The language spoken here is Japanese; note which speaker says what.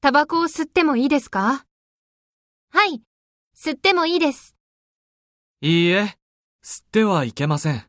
Speaker 1: タバコを吸ってもいいですかはい、吸ってもいいです。
Speaker 2: いいえ、吸ってはいけません。